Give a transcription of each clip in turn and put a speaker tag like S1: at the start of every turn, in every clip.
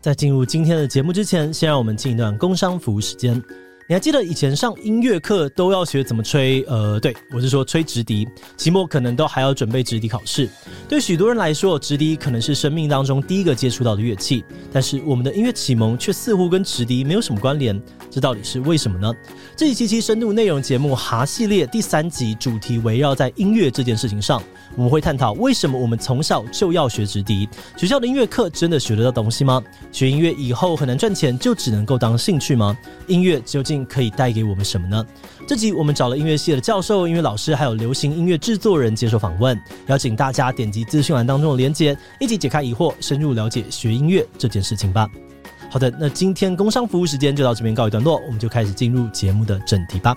S1: 在进入今天的节目之前，先让我们进一段工商服务时间。你还记得以前上音乐课都要学怎么吹？呃，对我是说吹直笛，期末可能都还要准备直笛考试。对许多人来说，直笛可能是生命当中第一个接触到的乐器，但是我们的音乐启蒙却似乎跟直笛没有什么关联，这到底是为什么呢？这一期期深度内容节目《哈系列》第三集主题围绕在音乐这件事情上，我们会探讨为什么我们从小就要学直笛，学校的音乐课真的学得到东西吗？学音乐以后很难赚钱，就只能够当兴趣吗？音乐究竟可以带给我们什么呢？这集我们找了音乐系的教授、音乐老师，还有流行音乐制作人接受访问，邀请大家点击资讯栏当中的连接，一起解开疑惑，深入了解学音乐这件事情吧。好的，那今天工商服务时间就到这边告一段落，我们就开始进入节目的正题吧。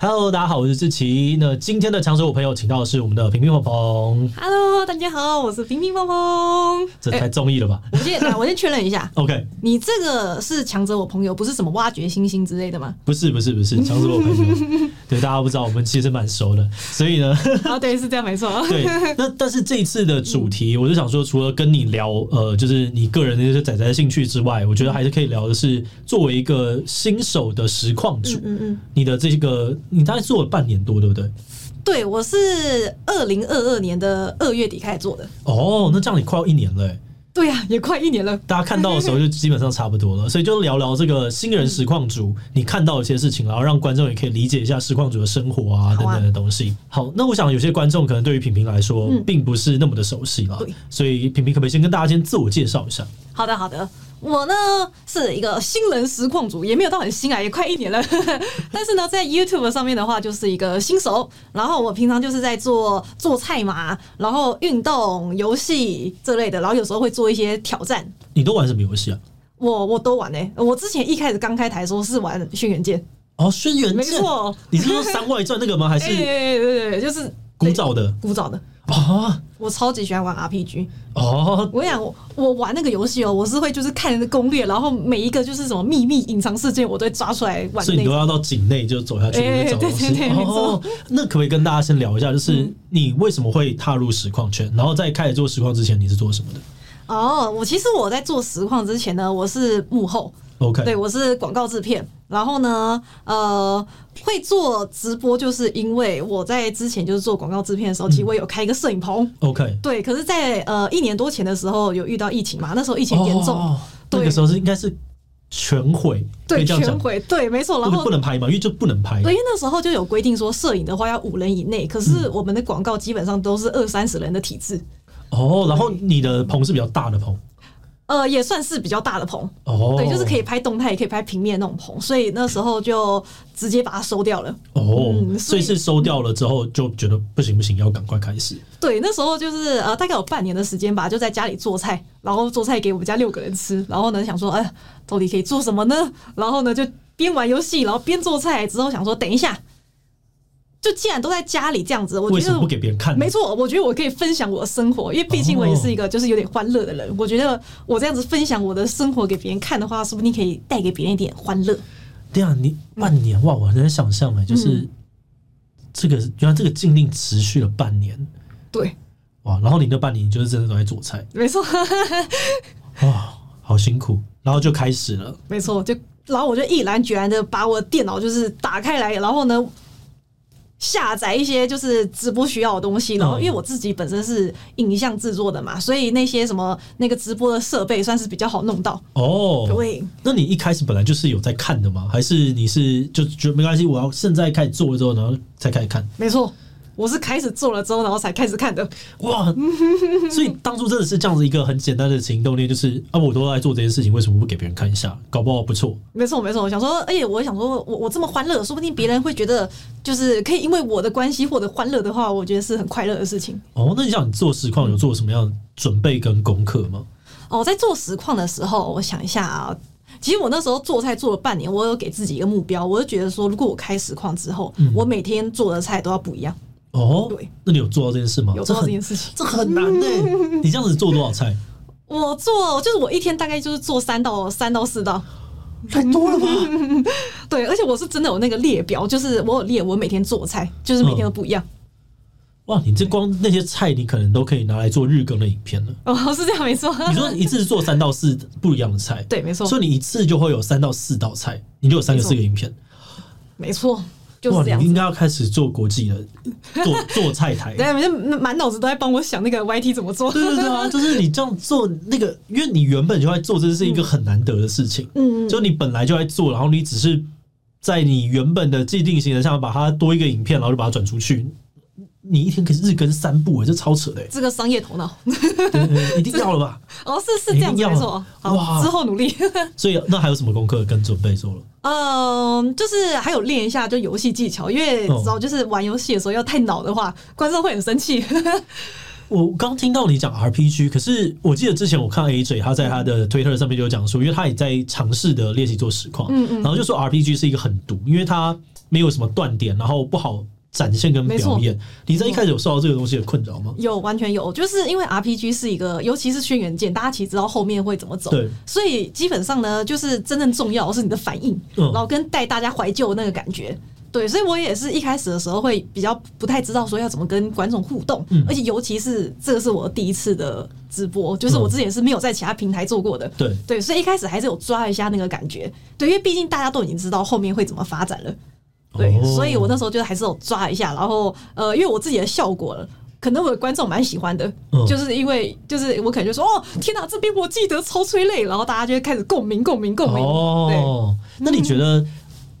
S1: Hello，大家好，我是志奇。那今天的抢手我朋友请到的是我们的平平鹏鹏，
S2: Hello，大家好，我是平平碰碰。
S1: 这太综艺了吧、
S2: 我先啊来我先确认一下，
S1: o k
S2: 你这个是强者我朋友，不是什么挖掘星星之类的 吗？
S1: 不是不是不是，强死我朋友。对，大家不知道我们其实蛮熟的，所以呢，
S2: 啊，对，是这样没错。
S1: 对，那但是这一次的主题，我就想说，除了跟你聊呃，就是你个人的一些仔仔的兴趣之外，我觉得还是可以聊的是，作为一个新手的实况主，
S2: 嗯嗯，
S1: 你的这个你大概做了半年多，对不对？
S2: 对，我是二零二二年的二月底开始做的，
S1: 哦，那这样你快要一年了欸。
S2: 对呀、也快一年了。
S1: 大家看到的时候就基本上差不多了，所以就聊聊这个新人实况
S2: 嗯
S1: 组你看到一些事情，然后让观众也可以理解一下实况组的生活啊等
S2: 好啊
S1: 等的东西。好，那我想有些观众可能对于平平来说
S2: 嗯
S1: 并不是那么的熟悉啦，
S2: 对
S1: 所以平平可不可以先跟大家先自我介绍一下？
S2: 好的，好的。我呢是一个新人实况组，也没有到很新啊，也快一年了。 但是呢，在 YouTube 上面的话，就是一个新手。然后我平常就是在做做菜嘛，然后运动、游戏这类的，然后有时候会做一些挑战。
S1: 你都玩什么游戏啊？
S2: 我我都玩呢、我之前一开始刚开台的时候是玩《轩辕剑
S1: 哦，轩辕剑，
S2: 没错，
S1: 你是说《三外传》那个吗？还》
S2: 哎，
S1: 是
S2: 对对对，就是
S1: 古早的？
S2: 古早的。
S1: 啊
S2: 我超级喜欢玩 RPG，
S1: 哦，
S2: 我跟你讲，我我玩那个游戏哦，我是会就是看攻略，然后每一个就是什么秘密隐藏事件，我都会抓出来玩
S1: 所以
S2: 那
S1: 你都
S2: 种。
S1: 要到井内就走下去
S2: 哎
S1: 就找东
S2: 对对
S1: 西。
S2: 对没错嗯
S1: 哦，那可不可以跟大家先聊一下，就是你为什么会踏入实况圈？然后在开始做实况之前，你是做什么的
S2: 哦，我其实我在做实况之前呢，我是幕后，
S1: ？OK，
S2: 对我是广告制片。然后呢，呃，会做直播，就是因为我在之前就是做广告制片
S1: 嗯
S2: 的时候，其实我有开一个摄影棚，
S1: OK，
S2: 对，可是在，呃一年多前的时候有遇到疫情嘛，那时候疫情严重，
S1: 哦那
S2: 对
S1: 个时候是应该是全毁，可
S2: 对，
S1: 以这样讲
S2: 全，毁，对，没错。
S1: 不
S2: 然
S1: 能
S2: 后
S1: 不，能拍嘛，因为就不能嗯拍。
S2: 对，因为那时候就有规定说，摄影的话要五人以内，可是我们的广告基本上都是二三十人的体制，
S1: 哦，然后你的棚是比较大的棚，
S2: 呃，也算是比较大的棚，
S1: 哦，
S2: 对，就是可
S1: 以
S2: 以拍动态，也可以拍平面那种棚，所以那时候就直接把它收掉了。
S1: 哦，
S2: 嗯
S1: 所
S2: 所
S1: 以
S2: 以
S1: 是收掉了之后就觉得不行不行，要赶快开始。
S2: 对，那时候就是呃，大概有半年的时间吧，就在家里做菜，然后做菜给我们家六个人吃，然后呢想说，哎、到底可以做什么呢？然后呢就边玩游戏，然后边做菜，之后想说，等一下，就既然都在家里这样子，我
S1: 为
S2: 觉
S1: 什么不
S2: 得。
S1: 给别人看呢？
S2: 没错，我觉得我可以分享我的生活，因为毕竟我也是一个就是有点欢乐的人。我觉得我这样子分享我的生活给别人看的话，说不定可以带给别人一点欢乐。
S1: 对啊，你半年哇，我很难想象
S2: 嗯
S1: 哎，就是这个原来这个禁令持续了半年
S2: 对，
S1: 哇，然后你那半年你就是真的都在做菜
S2: 没错，
S1: 哇，好辛苦，然后就开始了。
S2: 没错，就然后我就毅然决然的把我的电脑就是打开来，然后呢下载一些就是直播需要的东西，然后
S1: 嗯
S2: 因为我自己本身是影像制作的嘛，所以那些什么那个直播的设备算是比较好弄到。
S1: 哦，
S2: 对，
S1: 那你一开始本来就是有在看的吗？还是你是就觉得没关系，我要现在开始做了之后，然后才开始看？
S2: 没错。我是开始做了之后，然后才开始看的。
S1: 哇！所以当初真的是这样子一个很简单的行动力，就是啊，我都在做这件事情，为什么不给别人看一下？搞不好不错。
S2: 没错，没错。我想说，而且我想说，我我这么欢乐，说不定别人会觉得，就是可以因为我的关系获得欢乐的话，我觉得是很快乐的事情。
S1: 哦，那你想你做实况有做什么样的准备跟功课吗？
S2: 哦，在做实况的时候，我想一下啊，其实我那时候做菜做了半年，我有给自己一个目标，我就觉得说，如果我开实况之后，
S1: 嗯
S2: 我每天做的菜都要不一样，
S1: 哦，
S2: 对，
S1: 那你有做到哦这件事吗？
S2: 有做到这
S1: 很
S2: 件事情。
S1: 这很难呢、 你这样子做多少菜？
S2: 我做就是我一天大概就是做三到三到四道，
S1: 太多了吧？
S2: 对，而且我是真的有那个列表，就是我有列我每天做菜，就是每天都不一样。
S1: 哇，你这光那些菜，你可能都可以拿来做日更的影片了。
S2: 哦，是这样没错。
S1: 嗯你说一次做三到四不一样的菜，
S2: 对，没错，
S1: 所以你一次就会有三到四道菜，你就有三个
S2: 没错
S1: 四个影片。
S2: 没错，就是
S1: 哇，
S2: 这样
S1: 你
S2: 子
S1: 应。该要开始做国际的做做菜台。
S2: 对，就满脑子都在帮我想那个 YT 怎么做。
S1: 对对对啊，就是你这样做那个，因为你原本就在做，这是一个很难得的事情。
S2: 嗯，
S1: 就你本来就在做，然后你只是在你原本的既定形式上把它多一个影片，然后就把它转出去。你一天可以日更三部、欸，这超扯的、欸
S2: 这个商业头脑，
S1: 对对 对一定要了吧？
S2: 哦，是是这样
S1: 一定
S2: 子
S1: 要
S2: 没错。好，
S1: 哇
S2: 之后努力。
S1: 所以那还有什么功课跟准备做了？
S2: 嗯，就是还有练一下就游戏技巧，因为
S1: 哦
S2: 知道就是玩游戏的时候要太脑的话，观众会很生气。
S1: 我刚听到你讲 RPG，可是我记得之前我看 AJ 他在他
S2: 嗯
S1: 的推特上面就有讲说，因为他也在尝试的练习做实况，
S2: 嗯嗯
S1: 然后就说 RPG 是一个很毒，因为它没有什么断点，然后不好展现跟
S2: 没错
S1: 表演。你在一开始有受到这个东西的困扰吗？
S2: 有，完全有，就是因为 RPG 是一个，尤其是轩辕剑，大家其实知道后面会怎么走，
S1: 对
S2: 所以基本上呢，就是真正重要的是你的反应，
S1: 嗯
S2: 然后跟带大家怀旧的那个感觉。对，所以我也是一开始的时候会比较不太知道说要怎么跟观众互动，
S1: 嗯
S2: 而且尤其是这个是我第一次的直播，就是我
S1: 嗯
S2: 之前是没有在其他平台做过的，
S1: 对，
S2: 对，所以一开始还是有抓一下那个感觉，对，因为毕竟大家都已经知道后面会怎么发展了，对，
S1: 哦
S2: 所以我那时候就还是有抓一下，然后呃，因为我自己的效果可能我的观众蛮喜欢的，
S1: 嗯
S2: 就是因为就是我可能就说哦，天哪、这边我记得超催泪，然后大家就会开始共鸣、共鸣、共鸣。对，
S1: 哦，那你觉得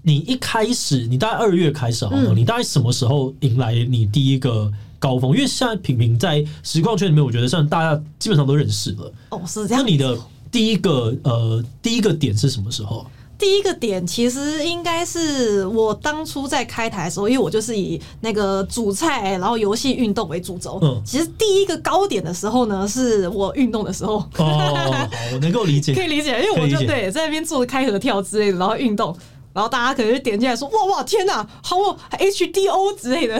S1: 你一开始，你大概二月开始好了，
S2: 嗯
S1: 你大概什么时候迎来你第一个高峰？因为现在品平在实况圈里面，我觉得像大家基本上都认识了。
S2: 哦，是这
S1: 那
S2: 样。
S1: 你的第一个呃第一个点是什么时候啊？
S2: 第一个点其实应该是我当初在开台的时候，因为我就是以那个主菜，然后游戏运动为主轴。
S1: 嗯
S2: 其实第一个高点的时候呢，是我运动的时候。
S1: 哦，好，我能够理解。
S2: 可以理解，因为我
S1: 可以理
S2: 就
S1: 解
S2: 对在那边做开合跳之类的，然后运动，然后大家可能就点进来说：“哇哇，天哪，好哦 HDO 之类的，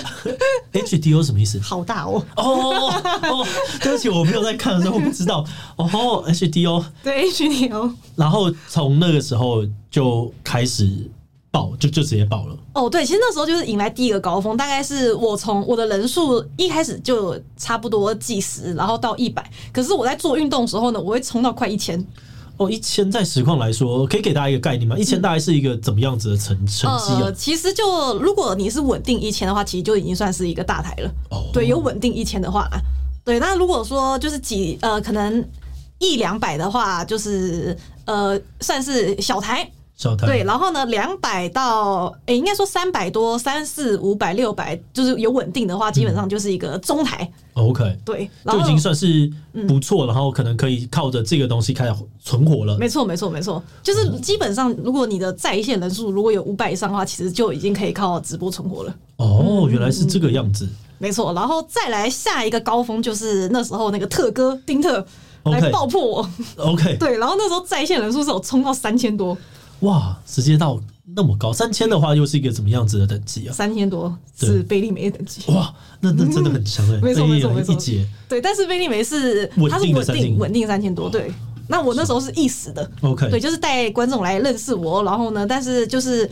S1: HDO 什么意思？
S2: 好大哦。
S1: 哦哦，对不起，我没有在看的时候我不知道。哦，HDO，”
S2: 对 HDO，
S1: 然后从那个时候就开始爆，就就直接爆了。
S2: 哦，对，其实那时候就是迎来第一个高峰，大概是我从我的人数一开始就差不多计时，然后到一百，可是我在做运动的时候呢，我会冲到快一千。
S1: 哦，一千在实况来说，可以给大家一个概念吗？一千大概是一个怎么样子的成成绩啊
S2: 呃，？其实就如果你是稳定一千的话，其实就已经算是一个大台了。
S1: 哦，
S2: 嗯对，有稳定一千的话，对。那如果说就是几呃，可能一两百的话，就是呃，算是小台。
S1: 小台
S2: 对，然后呢，两百到诶、应该说三百多、三四五百、六百，就是有稳定的话，基本上就是一个中台。
S1: 哦，OK，
S2: 对，
S1: 嗯就
S2: 然
S1: 已
S2: 后嗯
S1: 经算是不错，然后可能可以靠着这个东西开始存活了。
S2: 没错，没错，没错，就是基本上，如果你的在线人数如果有五百以上的话，其实就已经可以靠直播存活了。
S1: 哦，原来是这个样子。
S2: 没错，然后再来下一个高峰就是那时候那个特哥丁特来
S1: OK
S2: 爆破我。
S1: OK，
S2: 对，然后那时候在线人数是有冲到三千多，
S1: 哇，直接到那么高，三千的话又是一个怎么样子的等级啊？
S2: 三千多
S1: 对
S2: 是贝利梅的等级。
S1: 哇，那那真的很强哎、欸，
S2: 嗯没错
S1: 哎呀
S2: 没错没错
S1: 一节
S2: 对，但是贝利梅是
S1: 稳定的
S2: 它是稳
S1: 三千
S2: 定
S1: 多
S2: 稳定三千多，对。那我那时候是一时的，
S1: OK，
S2: 对，就是带观众来认识我，然后呢，但是就是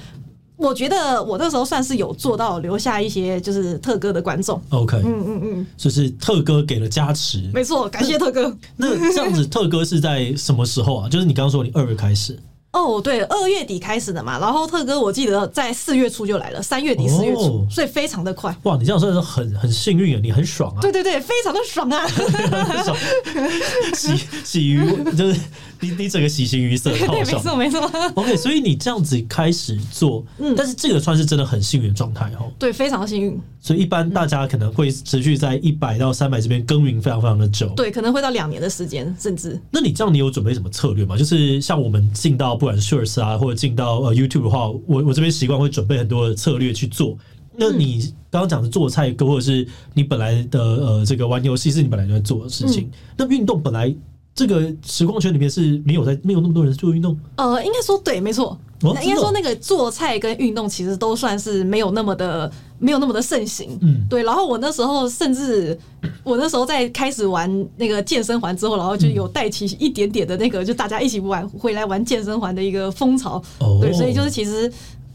S2: 我觉得我那时候算是有做到留下一些就是特哥的观众。
S1: OK，
S2: 嗯嗯嗯，
S1: 就是特哥给了加持。
S2: 没错，感谢特哥。
S1: 那这样子，特哥是在什么时候啊？就是你刚刚说你二月开始，
S2: 哦，对，二月底开始的嘛，然后特哥我记得在四月初就来了，三月底四月初，
S1: 哦
S2: 所以非常的快。
S1: 哇，你这样算是很很幸运啊，你很爽啊，
S2: 对对对，非常的 爽啊！
S1: 很爽， 喜喜于就是你你整个喜形于色，
S2: 对，
S1: 好好
S2: 没错
S1: 笑。
S2: 没错。
S1: OK，所以你这样子开始做，
S2: 嗯
S1: 但是这个算是真的很幸运的状态哦。
S2: 对，非常幸运。
S1: 所以一般大家可能会持续在一百到三百这边耕耘非常非常的久。
S2: 对，可能会到两年的时间，甚至
S1: 那你这样，你有准备什么策略吗？就是像我们进到不管 Shorts 啊，或者进到呃 YouTube 的话，我我这边习惯会准备很多的策略去做。那你刚刚讲的做菜，或者是你本来的呃这个玩游戏是你本来就在做的事情。那运动本来这个实况圈里面是没有在没有那么多人做运动，
S2: 呃，应该说对，没错。
S1: 哦
S2: 那应该说
S1: 真的
S2: 那个做菜跟运动其实都算是没有那么的没有那么的盛行。
S1: 嗯
S2: 对。然后我那时候甚至我那时候在开始玩那个健身环之后，然后就有带起一点点的那个，就大家一起玩回来玩健身环的一个风潮。
S1: 哦
S2: 对，所以就是其实。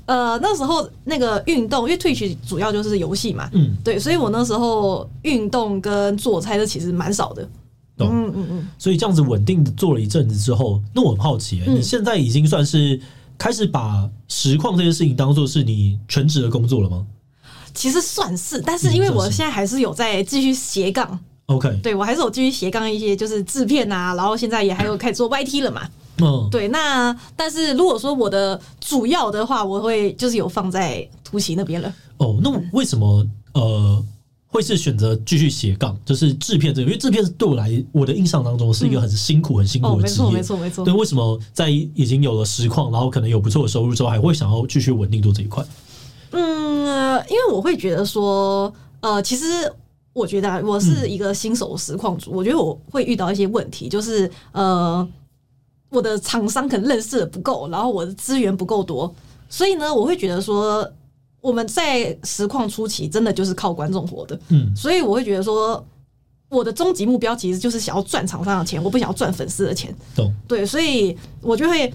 S2: 呃那时候那个运动，因为 Twitch 主要就是游戏嘛，
S1: 嗯，
S2: 对，所以我那时候运动跟做菜这其实蛮少的。
S1: 懂
S2: 嗯嗯嗯，
S1: 所以这样子稳定的做了一阵子之后，那我很好奇、欸，
S2: 嗯
S1: 你现在已经算是开始把实况这件事情当做是你全职的工作了吗
S2: 其实算是，但是因为
S1: 嗯
S2: 我
S1: 算是
S2: 现在还是有在继续斜杠，
S1: ？OK，
S2: 对我还是有继续斜杠一些就是制片啊，然后现在也还有开始做 YT 了嘛。
S1: 嗯，
S2: 对，那但是如果说我的主要的话，我会就是有放在图奇那边了。
S1: 哦，那为什么呃会是选择继续斜杠，就是制片这个？因为制片对我来我的印象当中是一个很辛苦、很辛
S2: 哦，
S1: 苦
S2: 没
S1: 的职
S2: 错，没
S1: 业。
S2: 错，没错
S1: 对，。为什么在已经有了实况，然后可能有不错的收入之后，还会想要继续稳定做这一块？
S2: 嗯，呃因为我会觉得说，呃，其实我觉得啊我是一个新手实况主，我觉得我会遇到一些问题，就是呃，我的厂商可能认识的不够，然后我的资源不够多，所以呢，我会觉得说，我们在实况初期真的就是靠观众活的，
S1: 嗯，
S2: 所以我会觉得说，我的终极目标其实就是想要赚厂商的钱，我不想要赚粉丝的钱。
S1: 懂。
S2: 对，所以我就会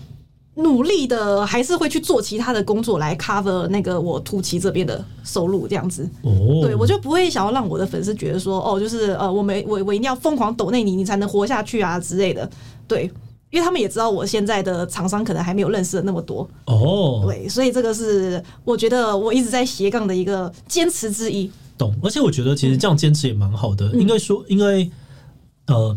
S2: 努力的，还是会去做其他的工作来 cover 那个我突奇这边的收入，这样子。
S1: 哦，
S2: 对，我就不会想要让我的粉丝觉得说，哦，就是呃，我没我我一定要疯狂抖内你，你才能活下去啊之类的。对，因为他们也知道我现在的厂商可能还没有认识的那么多，
S1: 哦，
S2: 对，所以这个是我觉得我一直在斜杠的一个坚持之一。
S1: 懂。而且我觉得其实这样坚持也蛮好
S2: 嗯
S1: 的，应该说，因为呃，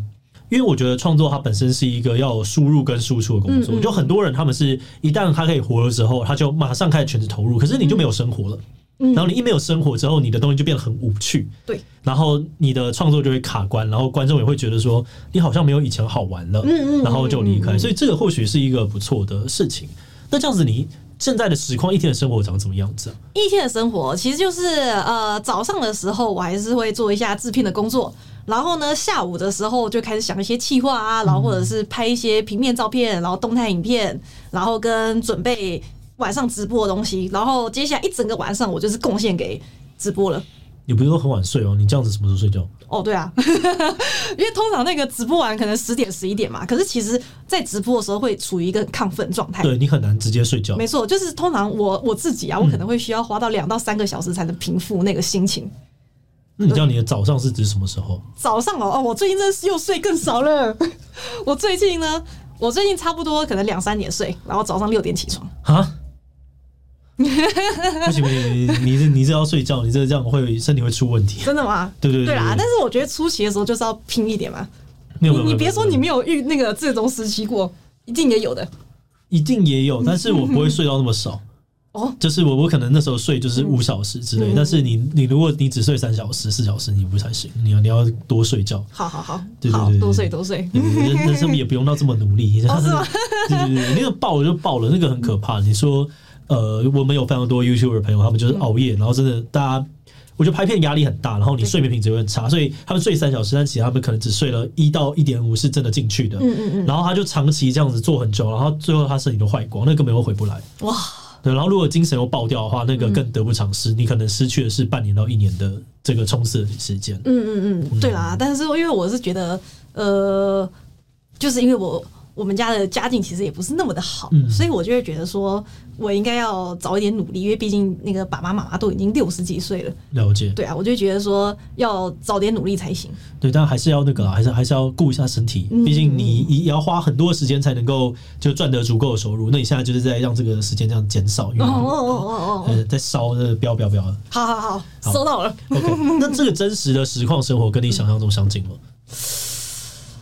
S1: 因为我觉得创作它本身是一个要有输入跟输出的工作，
S2: 嗯嗯
S1: 就很多人他们是一旦他可以活的时候，他就马上开始全职投入，可是你就没有生活了。
S2: 嗯
S1: 然后你一没有生活之后，你的东西就变得很无趣，
S2: 对，
S1: 然后你的创作就会卡关，然后观众也会觉得说你好像没有以前好玩了，
S2: 嗯嗯嗯
S1: 然后就离
S2: 嗯
S1: 开，
S2: 嗯
S1: 所以这个或许是一个不错的事情。那这样子，你现在的实况一天的生活长什么样子啊？
S2: 一天的生活其实就是呃早上的时候我还是会做一下制片的工作，然后呢下午的时候就开始想一些企划啊，然后或者是拍一些平面照片，然后动态影片，然后跟准备晚上直播的东西，然后接下来一整个晚上我就是贡献给直播了。
S1: 你不是说很晚睡哦？你这样子什么时候睡觉？
S2: 哦，对啊， 因为通常那个直播完可能十点十一点嘛，可是其实在直播的时候会处于一个亢奋状态。
S1: 对你很难直接睡觉。
S2: 没错，就是通常我我自己啊，我可能会需要花到两到三个小时才能平复那个心情。
S1: 那你知道你的早上是指什么时候？
S2: 早上哦哦，我最近真是又睡更少了。 我最近呢，我最近差不多可能两三点睡，然后早上六点起床。
S1: 啊？ 不行不行，你你这你这要睡觉，你这这样会身体会出问题。
S2: 真的吗？
S1: 对对对
S2: 对啦，
S1: 对
S2: 但是我觉得初期的时候就是要拼一点嘛。
S1: 没有
S2: 你
S1: 没有，没
S2: 你
S1: 有
S2: 别说你
S1: 没有
S2: 没有遇那个这种时期过，一定也有的。
S1: 一定也 有，但是我不会睡到那么少。
S2: 哦，
S1: 就是我我可能那时候睡就是五小时之类，
S2: 嗯
S1: 但是你你如果你只睡三小时四小时，你不太行，你要你要多睡觉。
S2: 好好好，
S1: 对对
S2: 好
S1: 对对
S2: 多睡多睡。
S1: 对对对人人生也不用到这么努力，
S2: 哦是吗
S1: 对对对，那个爆了就爆了，那个很可怕。你说，呃，我们有非常多 YouTuber 朋友，他们
S2: 嗯
S1: 就是熬夜，然后真的大家，我觉得拍片压力很大，然后你睡眠品质会很差，所以他们睡三小时，但其实他们可能只睡了一到一点五是真的进去的。
S2: 嗯嗯嗯，
S1: 然后他就长期这样子做很久，然后最后他身体都坏光，那根本又回不来。
S2: 哇，
S1: 对，然后如果精神又爆掉的话，
S2: 嗯
S1: 那个更得不偿失，你可能失去的是半年到一年的这个冲刺的时间。
S2: 嗯嗯嗯，对啦，但是因为我是觉得，呃，就是因为我我们家的家境其实也不是那么的好，
S1: 嗯
S2: 所以我就会觉得说，我应该要早一点努力，因为毕竟那个爸爸妈妈都已经六十几岁了，
S1: 了解。
S2: 对啊，我就觉得说要早点努力才行。
S1: 对，但还是要那个啦，还是还是要顾一下身体，
S2: 嗯
S1: 毕竟你也要花很多时间才能够就赚得足够的收入。那你现在就是在让这个时间这样减少，因为
S2: 哦哦哦哦哦，
S1: 呃在烧那个标标标的。
S2: 好好好，
S1: 好
S2: 收到了。
S1: OK，那这个真实的实况生活跟你想象中相近吗？
S2: 嗯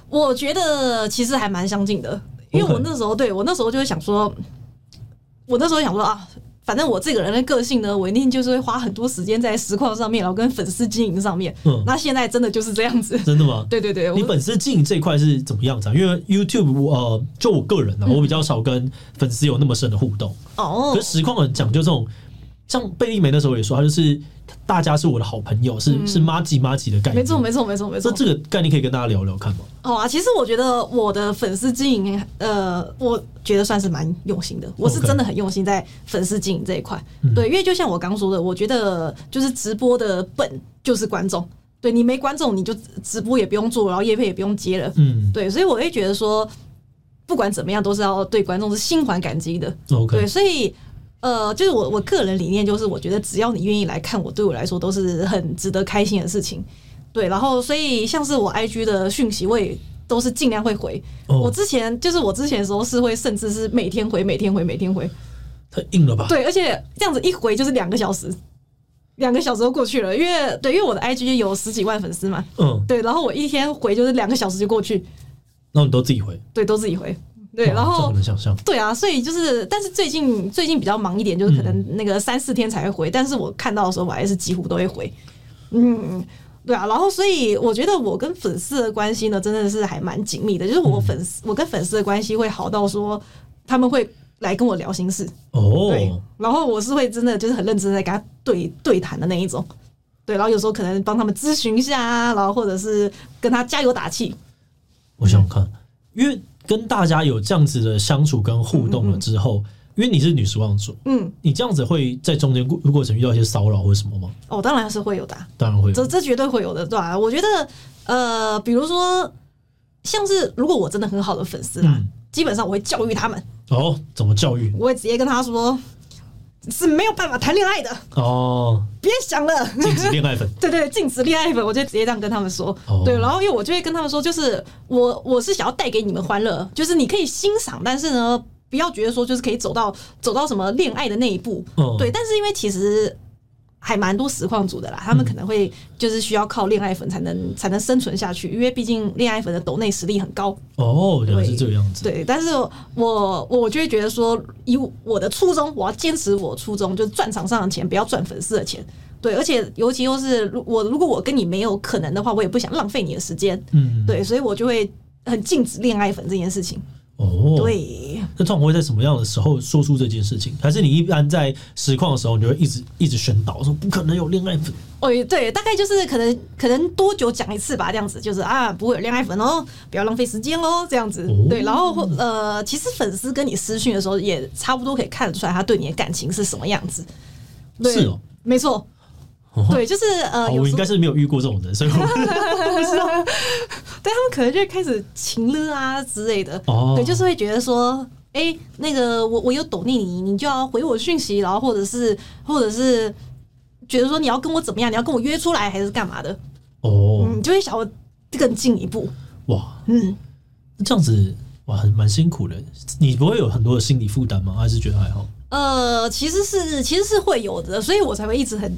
S2: 我觉得其实还蛮相近的，因为
S1: OK
S2: 我那时候对我那时候就会想说，我那时候想说啊，反正我这个人的个性呢，我一定就是会花很多时间在实况上面，然后跟粉丝经营上面。
S1: 嗯
S2: 那现在真的就是这样子。
S1: 真的吗？
S2: 对对对，我
S1: 你本身经营这一块是怎么样子啊？因为 YouTube 我呃，就我个人啊，我比较少跟粉丝有那么深的互动。
S2: 哦
S1: 可是实况很讲究这种，像贝利梅那时候也说，他就是大家是我的好朋友，是、是妈吉妈吉的概念。
S2: 嗯没错没错没错没
S1: 那
S2: 错。
S1: 这个概念可以跟大家聊聊看吗？
S2: 好啊，其实我觉得我的粉丝经营，呃，我觉得算是蛮用心的。我是
S1: OK
S2: 真的很用心在粉丝经营这一块。对，因为就像我刚说的，我觉得就是直播的本就是观众。对你没观众，你就直播也不用做，然后业配也不用接了。
S1: 嗯
S2: 对，所以我会觉得说，不管怎么样，都是要对观众是心怀感激的。
S1: ，OK，
S2: 对，所以呃，就是我我个人理念就是，我觉得只要你愿意来看我，对我来说都是很值得开心的事情。对，然后所以像是我 IG 的讯息，我也都是尽量会回。
S1: 哦
S2: 我之前就是我之前的时候是会，甚至是每天回，每天回，每天回。
S1: 太硬了吧？
S2: 对，而且这样子一回就是两个小时，两个小时都过去了。因为对，因为我的 IG 有十几万粉丝嘛，
S1: 嗯，
S2: 对，然后我一天回就是两个小时就过去，
S1: 然后你都自己回，
S2: 对，都自己回。对，
S1: 哇
S2: 然
S1: 这
S2: 后
S1: 很难想象。
S2: 对啊，所以就是，但是最近最近比较忙一点，就是可能那个三四天才会回，但是我看到的时候，我还是几乎都会回。嗯，对啊，然后所以我觉得我跟粉丝的关系呢，真的是还蛮紧密的，就是我粉丝、我跟粉丝的关系会好到说他们会来跟我聊心事，对，
S1: 哦，
S2: 然后我是会真的就是很认真地在跟他对对谈的那一种。对，然后有时候可能帮他们咨询一下啊，然后或者是跟他加油打气。
S1: 我想想看，因为跟大家有这样子的相处跟互动了之后，因为你是女时望主，
S2: 嗯，
S1: 你这样子会在中间过过程遇到一些骚扰或什么吗？
S2: 哦，当然是会有的啊、
S1: 当然会有，
S2: 这这绝对会有的，对吧、我觉得，呃，比如说，像是如果我真的很好的粉丝啦，
S1: 嗯
S2: 基本上我会教育他们，
S1: 哦，怎么教育？
S2: 我会直接跟他说是没有办法谈恋爱的，
S1: 哦，
S2: 别想了。
S1: 禁止恋爱粉
S2: 对对，禁止恋爱粉，我就直接这样跟他们说。
S1: 哦
S2: 对，然后因为我就会跟他们说，就是我我是想要带给你们欢乐，就是你可以欣赏，但是呢，不要觉得说就是可以走到走到什么恋爱的那一步。
S1: 哦
S2: 对，但是因为其实。还蛮多实况组的啦，他
S1: 嗯
S2: 们可能会就是需要靠恋爱粉才能才能生存下去，因为毕竟恋爱粉的抖内实力很高。
S1: 哦，原来是这个样子。
S2: 对，但是我我就会觉得说，以我的初衷，我要坚持我的初衷，就是赚场上的钱，不要赚粉丝的钱。对，而且尤其又是如我如果我跟你没有可能的话，我也不想浪费你的时间。
S1: 嗯，
S2: 对，所以我就会很禁止恋爱粉这件事情。
S1: 哦，。
S2: 对，
S1: 那通常会在什么样的时候说出这件事情？还是你一般在实况的时候，你就会一直一直宣导说不可能有恋爱粉？
S2: 哦，对，大概就是可能可能多久讲一次吧，这样子就是啊，不会有恋爱粉哦，不要浪费时间哦，这样子。
S1: 哦
S2: 对，然后或呃，其实粉丝跟你私讯的时候，也差不多可以看得出来他对你的感情是什么样子。对，
S1: 是哦
S2: 没错。
S1: 哦
S2: 对，就是呃，
S1: 哦
S2: 有
S1: 我应
S2: 时候
S1: 该是没有遇过这种人，所以我
S2: 对他们可能就会开始情了啊之类的。
S1: 哦
S2: 对，就是会觉得说，哎、那个我我有抖念你，你就要回我讯息，然后或者是或者是觉得说你要跟我怎么样，你要跟我约出来还是干嘛的，
S1: 哦，
S2: 嗯，就会想要更进一步。
S1: 哇，
S2: 嗯，
S1: 那这样子哇，很蛮辛苦的。你不会有很多的心理负担吗？还是觉得还好？
S2: 呃，其实是其实是会有的，所以我才会一直很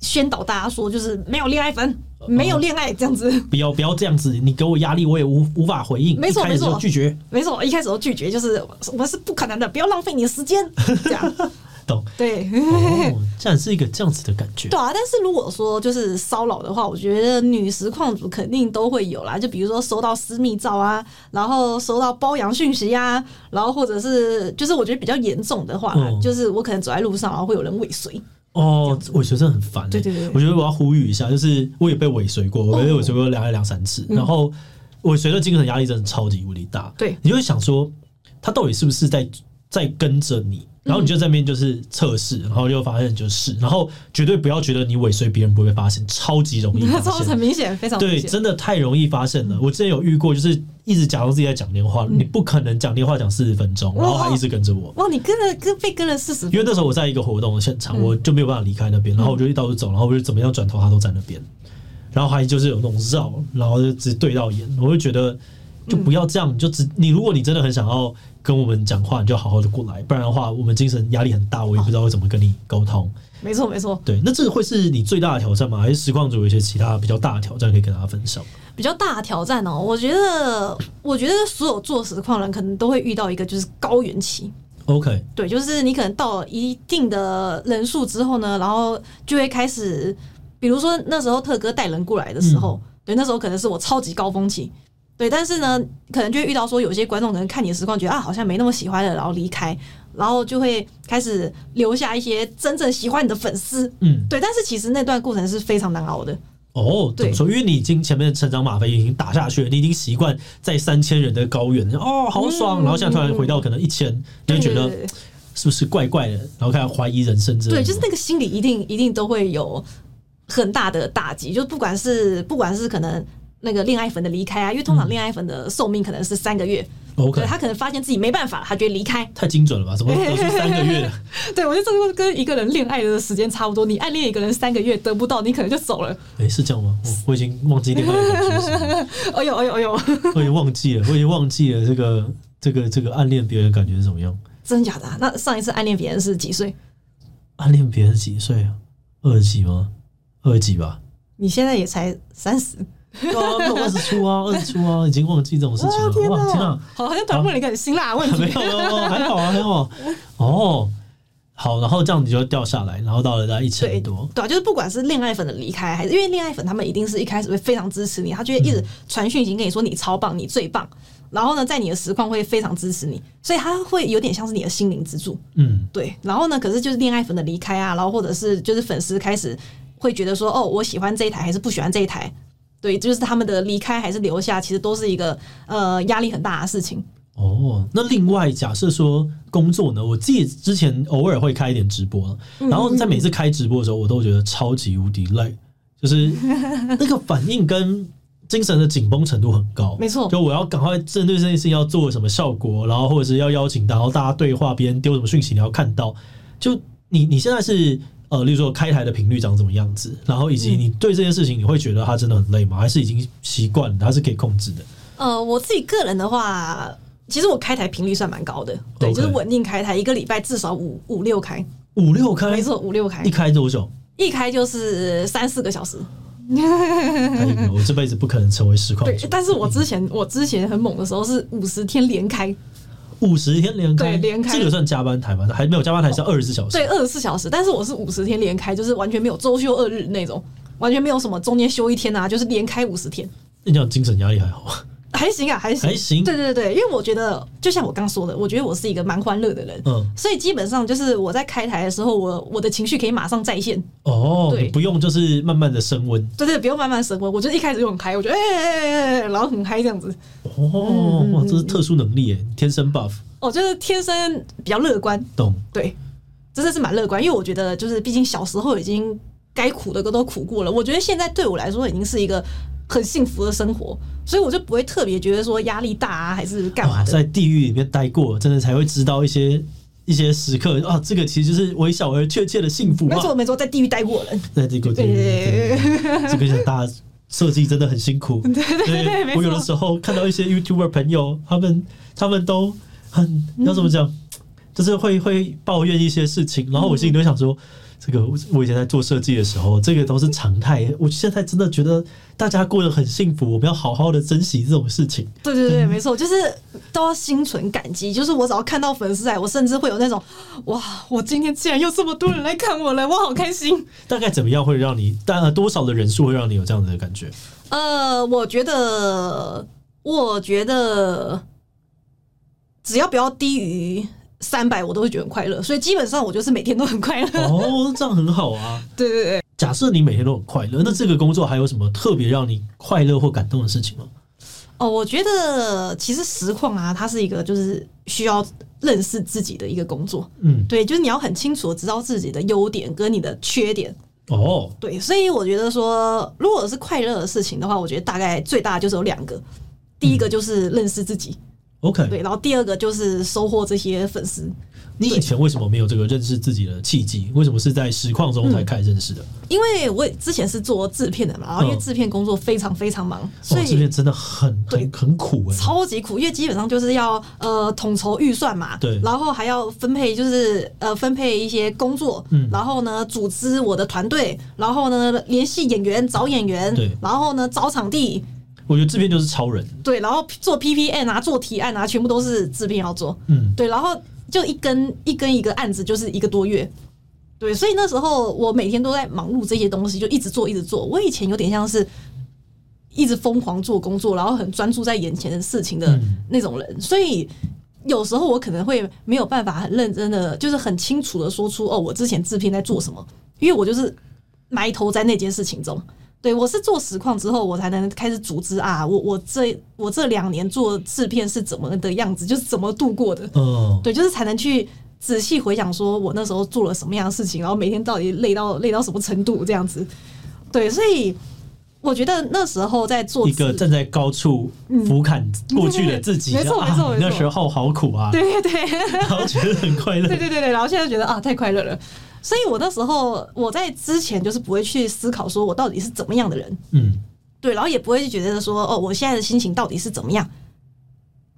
S2: 宣导大家说，就是没有恋爱粉，没有恋爱这样子。
S1: 不要不要这样子，你给我压力，我也无无法回应，
S2: 没错
S1: 一开始
S2: 没
S1: 就
S2: 错
S1: 拒绝。
S2: 没错，一开始都拒绝，就是我们是不可能的，不要浪费你的时间，这 样
S1: 懂
S2: 对。
S1: 哦，这样是一个这样子的感觉
S2: 对啊，但是如果说就是骚扰的话，我觉得女实况主肯定都会有啦。就比如说收到私密照啊，然后收到包养讯息啊，然后或者是就是我觉得比较严重的话，
S1: 嗯
S2: 就是我可能走在路上，然后会有人尾随。
S1: 哦。我觉得真的很烦欸、
S2: 对对对对
S1: 我觉得我要呼吁一下，就是我也被尾随过，我被尾随过两两三次，然后尾随的精神压力真的超级无敌大。
S2: 对
S1: 你就会想说，他到底是不是在在跟着你？然后你就在那边就是测试，然后就发现就是，然后绝对不要觉得你尾随别人不会发现， 超级 容易发
S2: 这
S1: 现，嗯
S2: 很明显，非常明
S1: 对，
S2: 显。
S1: 真的太容易发现了。我之前有遇过，就是一直假装自己在讲电话，你不可能讲电话讲四十分钟，然后还一直跟着我。
S2: 哇，你跟了跟被跟了四十
S1: 因为那时候我在一个活动的现场，我就没有办法离开那边，然后我就一到处走，然后我就怎么样转头，他都在那边。然后还就是有那种绕，然后就直对到眼，我就觉得就不要这样，你就只你如果你真的很想要跟我们讲话，你就好好的过来，不然的话我们精神压力很大，我也不知道会怎么跟你沟通。
S2: 没错没错，
S1: 对，那这个会是你最大的挑战吗？还是实况组有一些其他比较大的挑战可以跟大家分享？
S2: 比较大的挑战哦。我觉得，我觉得所有做实况人可能都会遇到一个就是高原期。
S1: OK，
S2: 对，就是你可能到了一定的人数之后呢，然后就会开始，比如说那时候特哥带人过来的时
S1: 嗯
S2: 候，对，那时候可能是我超级高峰期。对，但是呢，可能就会遇到说有些观众可能看你的实况，觉得啊好像没那么喜欢了，然后离开，然后就会开始留下一些真正喜欢你的粉丝。
S1: 嗯，
S2: 对，但是其实那段过程是非常难熬的。
S1: 哦，怎么
S2: 对
S1: 说？因为你已经前面的成长马飞已经打下去了，你已经习惯在三千人的高原，哦，好爽。
S2: 嗯
S1: 然后现在突然回到可能一千，你就觉得
S2: 对对
S1: 是不是怪怪的，然后开始怀疑人生之类的。
S2: 对，就是那个心理一定一定都会有很大的打击，就不管是不管是可能那个恋爱粉的离开啊，因为通常恋爱粉的寿命可能是三个月，
S1: 嗯哦 OK，
S2: 对他可能发现自己没办法了，他就会离开。
S1: 太精准了吧？怎么得出三个月的？
S2: 对我觉得这个跟一个人恋爱的时间差不多，你暗恋一个人三个月得不到，你可能就走了。
S1: 哎、是这样吗？我我已经忘记恋爱的感觉是什么，
S2: 哎呦哎呦哎呦，
S1: 我已经忘记了，我已经忘记了这个这个这个暗恋别人的感觉是怎么样？
S2: 真假的啊、那上一次暗恋别人是几岁？
S1: 暗恋别人几岁啊？二十几吗？二十几吧？
S2: 你现在也才三十，
S1: 对
S2: 哦
S1: 啊，没有 二十出啊，二十出啊，已经忘记这种事情了。哇，天啊！
S2: 好，好像突然问了一个很辛辣的问
S1: 没
S2: 题。
S1: 有没有，没有还好啊，还好啊。哦，好，然后这样你就掉下来，然后到了大概一
S2: 对
S1: 千多。
S2: 对啊，就是不管是恋爱粉的离开，还是因为恋爱粉他们一定是一开始会非常支持你，他就会一直传讯息跟你说你超棒，你最棒。然后呢，在你的实况会非常支持你，所以他会有点像是你的心灵支柱。
S1: 嗯，
S2: 对，然后呢，可是就是恋爱粉的离开啊，然后或者是就是粉丝开始会觉得说，哦，我喜欢这一台还是不喜欢这一台，对，就是他们的离开还是留下，其实都是一个呃压力很大的事情。
S1: 哦，那另外假设说工作呢，我自己之前偶尔会开一点直播，
S2: 嗯
S1: 然后在每次开直播的时候，我都觉得超级无敌累，就是 那个反应跟。精神的紧绷程度很高，
S2: 没错
S1: 就我要赶快针对这件事情要做什么效果，然后或者是要邀请到，然后大家对话，别人丢什么讯息你要看到。就你你现在是呃，例如说开台的频率长怎么样子，然后以
S2: 嗯
S1: 及你对这件事情你会觉得它真的很累吗？还是已经习惯了，它是可以控制的？
S2: 呃，我自己个人的话，其实我开台频率算蛮高的，对
S1: OK
S2: 就是稳定开台，一个礼拜至少五五六开，
S1: 五六开，
S2: 没错，五六开
S1: 一，开多久？
S2: 一开就是三四个小时。
S1: 哎呦我这辈子不可能成为实况
S2: 对
S1: 主，，
S2: 但是我之前我之前很猛的时候是五十天连开，
S1: 五十天连开，
S2: 对连开
S1: 这个算加班台吗？还没有加班台是二十四小时，
S2: 对，二十四小时，但是我是五十天连开，就是完全没有周休二日那种，完全没有什么中间休一天啊，就是连开五十天，
S1: 那你讲精神压力还好吗？
S2: 还行啊，还行，
S1: 还行
S2: 对对对，因为我觉得，就像我刚说的，我觉得我是一个蛮欢乐的人，
S1: 嗯
S2: 所以基本上就是我在开台的时候，我我的情绪可以马上再现，
S1: 哦，
S2: 对
S1: 你不用就是慢慢的升温
S2: 对对，不用慢慢升温，我就一开始就很嗨，我就哎哎哎哎，哎然后很嗨这样子，嗯
S1: 哦，哇，这是特殊能力耶，天生 buff，
S2: 我哦就是天生比较乐观，
S1: 懂？
S2: 对，真的是蛮乐观，因为我觉得就是毕竟小时候已经该苦的都苦过了，我觉得现在对我来说已经是一个很幸福的生活，所以我就不会特别觉得说压力大啊，还是干嘛
S1: 哇，
S2: 的。
S1: 在地狱里面待过，真的才会知道一些一些时刻啊，这个其实就是微小而确切的幸福
S2: 没
S1: 啊，
S2: 错，没错，在地狱待过的人，
S1: 在地狱，对
S2: 对
S1: 对对，这个想大家。设计真的很辛苦， 对
S2: 对没
S1: 我有的
S2: 错
S1: 时候看到一些 YouTuber 朋友，他们他们都很要怎么讲，就是会会抱怨一些事情，然后我心里都想说，这个我我以前在做设计的时候，这个都是常态。我现在真的觉得大家过得很幸福，我们要好好的珍惜这种事情。
S2: 对对对，没错，就是都要心存感激。就是我只要看到粉丝来，我甚至会有那种哇，我今天竟然又这么多人来看我了，我好开心。
S1: 大概怎么样会让你，大呃多少的人数会让你有这样的感 觉？
S2: 呃，我觉得，我觉得只要不要低于三百，我都会觉得很快乐。所以基本上我就是每天都很快乐。
S1: 哦，这样很好啊。
S2: 对对对，
S1: 假设你每天都很快乐，那这个工作还有什么特别让你快乐或感动的事情吗？
S2: 哦，我觉得其实实况啊，它是一个就是需要认识自己的一个工作。
S1: 嗯，
S2: 对，就是你要很清楚的知道自己的优点跟你的缺点。
S1: 哦，
S2: 对，所以我觉得说，如果是快乐的事情的话，我觉得大概最大就是有两个，第一个就是认识自己，
S1: OK，
S2: 对，然后第二个就是收获这些粉丝。
S1: 你以前为什么没有这个认识自己的契机？为什么是在实况中才开始认识的？
S2: 因为我之前是做制片的嘛，然后因为
S1: 嗯
S2: 制片工作非常非常忙，所
S1: 哦，这边
S2: 以
S1: 真的很很很苦哎、
S2: 超级苦，因为基本上就是要呃统筹预算嘛，
S1: 对
S2: 然后还要分配就是呃分配一些工作，
S1: 嗯
S2: 然后呢组织我的团队，然后呢联系演员找演员
S1: 对，
S2: 然后呢找场地，
S1: 我觉得这边就是超人，
S2: 对，然后做 PPN 啊，做提案啊，全部都是制片要做，
S1: 嗯，
S2: 对，然后就一根一根一个案子就是一个多月，对，所以那时候我每天都在忙碌这些东西，就一直做一直做。我以前有点像是一直疯狂做工作，然后很专注在眼前的事情的
S1: 嗯
S2: 那种人，所以。有时候我可能会没有办法很认真的，就是很清楚的说出哦，我之前制片在做什么，因为我就是埋头在那件事情中。对我是做实况之后，我才能开始组织啊，我我这我这两年做制片是怎么的样子，就是怎么度过的。
S1: 哦，
S2: 对，就是才能去仔细回想，说我那时候做了什么样的事情，然后每天到底累到累到什么程度这样子。对，所以我觉得那时候在做
S1: 一个
S2: 自
S1: 站在高处俯瞰过去的自己，
S2: 嗯没错
S1: 啊
S2: 没错没错
S1: 那时候好苦啊，
S2: 对对对，
S1: 然后觉得很快乐
S2: 对。对对对，然后现在觉得啊，太快乐了。所以我那时候我在之前就是不会去思考说我到底是怎么样的人，
S1: 嗯，
S2: 对，然后也不会觉得说哦，我现在的心情到底是怎么样，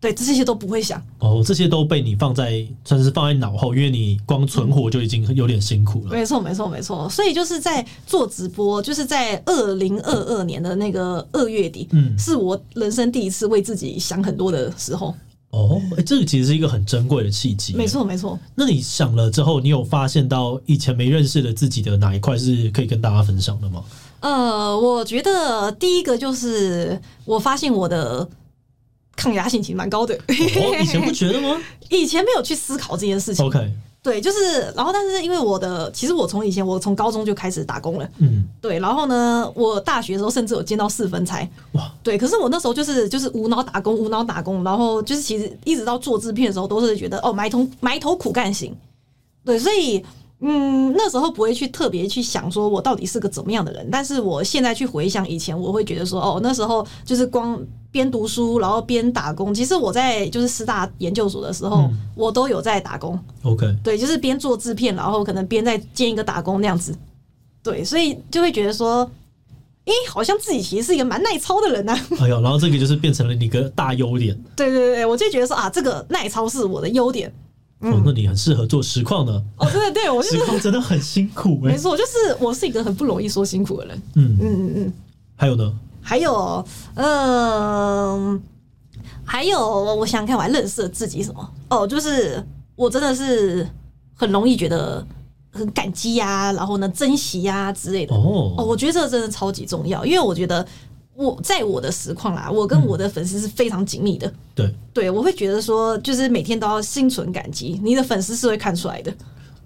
S2: 对，这些都不会想。
S1: 哦，这些都被你放在算是放在脑后，因为你光存活就已经有点辛苦了。
S2: 没错，没错，没错。所以就是在做直播，就是在二零二二年的那个二月底，
S1: 嗯
S2: 是我人生第一次为自己想很多的时候。
S1: 哦，哎、这个其实是一个很珍贵的契机。
S2: 没。错，没错。
S1: 那你想了之后，你有发现到以前没认识的自己的哪一块是可以跟大家分享的 吗？
S2: 呃，我觉得第一个就是我发现我的抗压性其实蛮高的，
S1: 哦，以前不觉得吗
S2: 以前没有去思考这件事情。
S1: ？OK，
S2: 对，就是，然后但是因为我的，其实我从以前我从高中就开始打工了，
S1: 嗯，
S2: 对，然后呢，我大学的时候甚至有兼到四分差，
S1: 哇，
S2: 对，可是我那时候就是就是无脑打工，无脑打工，然后就是其实一直到做制片的时候，都是觉得哦埋头埋头苦干型，对，所以嗯那时候不会去特别去想说我到底是个怎么样的人，但是我现在去回想以前，我会觉得说哦那时候就是光边读书然后边打工，其实我在就是师大研究所的时候，
S1: 嗯
S2: 我都有在打工，
S1: OK，
S2: 对，就是边做制片，然后可能边在兼一个打工那样子，对，所以就会觉得说，诶、好像自己其实是一个蛮耐操的人啊呐、
S1: 哎呦，然后这个就是变成了你一个大优点，
S2: 对对对，我就觉得说啊，这个耐操是我的优点。嗯
S1: 哦，那你很适合做实况呢。
S2: 哦，对对对，我就是
S1: 实况真的很辛苦哎、
S2: 没错，就是我是一个很不容易说辛苦的人。
S1: 嗯，
S2: 嗯嗯嗯，
S1: 还有呢？
S2: 还有，嗯，还有，我想想看我还认识了自己什么？哦，就是我真的是很容易觉得很感激呀、然后呢珍惜呀、之类的。哦，
S1: 哦，
S2: 我觉得这个真的超级重要，因为我觉得我在我的实况啦，我跟我的粉丝是非常紧密的。
S1: 对，
S2: 对，我会觉得说，就是每天都要心存感激，你的粉丝是会看出来的。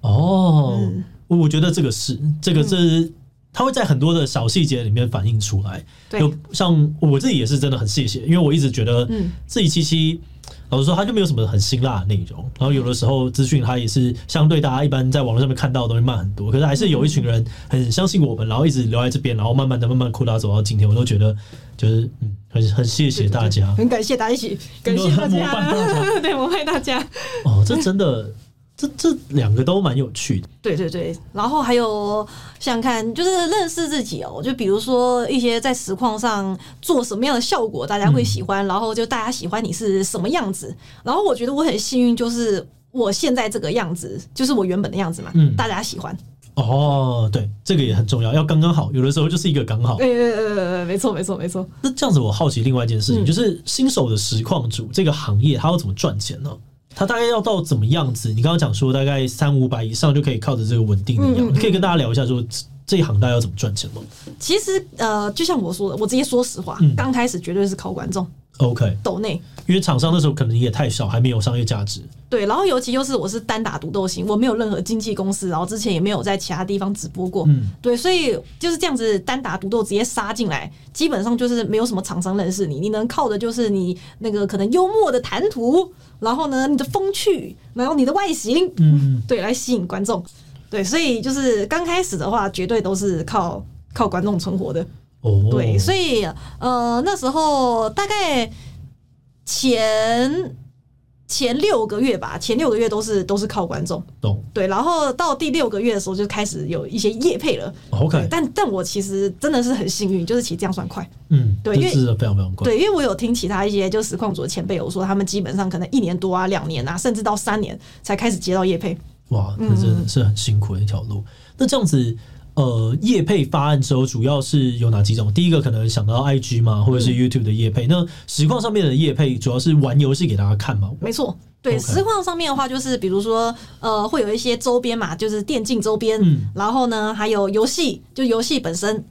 S1: 哦，
S2: 嗯
S1: 我我觉得这个是这个这是。它会在很多的小细节里面反映出来，
S2: 对
S1: 有像我自己也是真的很谢谢，因为我一直觉得
S2: 嗯
S1: 自己七七，老实说他就没有什么很辛辣的内容，然后有的时候资讯它也是相对大家一般在网络上面看到的东西慢很多，可是还是有一群人很相信我们，然后一直留在这边，然后慢慢的慢慢扩大走到今天，我都觉得就是嗯，很很谢谢大家，
S2: 很感谢大家一起，感谢大
S1: 很膜拜大
S2: 家， 对，膜拜大家。
S1: 哦，这真的，这这两个都蛮有趣的。
S2: 对对对，然后还有想想看，就是认识自己哦，就比如说一些在实况上做什么样的效果，大家会喜欢，然后就大家喜欢你是什么样子。然后我觉得我很幸运，就是我现在这个样子，就是我原本的样子嘛，
S1: 嗯
S2: 大家喜欢。
S1: 哦，对，这个也很重要，要刚刚好，有的时候就是一个刚好。
S2: 对对对对对，没错没错没错。
S1: 那这样子，我好奇另外一件事情，
S2: 嗯
S1: 就是新手的实况主这个行业，他要怎么赚钱呢？他大概要到怎么样子？你刚刚讲说大概三五百以上就可以靠着这个稳定的
S2: 嗯
S1: 养，
S2: 嗯嗯
S1: 你可以跟大家聊一下说这这一行大概要怎么赚钱吗
S2: 其实呃，就像我说的，我直接说实话
S1: 嗯，
S2: 刚、开始绝对是靠观众
S1: ？OK，
S2: 抖内。
S1: 因为厂商那时候可能也太少，还没有商业价值。
S2: 对，然后尤其就是我是单打独斗型，我没有任何经纪公司，然后之前也没有在其他地方直播过，
S1: 嗯，
S2: 对，所以就是这样子单打独斗直接杀进来，基本上就是没有什么厂商认识你，你能靠的就是你那个可能幽默的谈吐，然后呢你的风趣，然后你的外形，
S1: 嗯，
S2: 对，来吸引观众。对，所以就是刚开始的话，绝对都是靠靠观众存活的。
S1: 哦，
S2: 对，所
S1: 以
S2: 以呃那时候大概前前六个月吧，前六个月都是都是靠观众。
S1: 懂
S2: 对，然后到第六个月的时候就开始有一些业配了。对
S1: ，OK，
S2: 但但我其实真的是很幸运，就是其实这样算快。
S1: 嗯，
S2: 对
S1: 这
S2: 因为
S1: 是非常非常快。
S2: 对，因为我有听其他一些就实况组的前辈有说，他们基本上可能一年多啊、两年啊，甚至到三年才开始接到业配。
S1: 哇，那
S2: 嗯
S1: 真的是很辛苦的一条路。那这样子，呃，业配发案之后，主要是有哪几种？第一个可能想到 IG 嘛，或者
S2: 嗯
S1: 是 YouTube 的业配。那实况上面的业配，主要是玩游戏给大家看嘛。
S2: 没错，对
S1: OK
S2: 实况上面的话，就是比如说呃，会有一些周边嘛，就是电竞周边，
S1: 嗯
S2: 然后呢还有游戏，就游戏本身。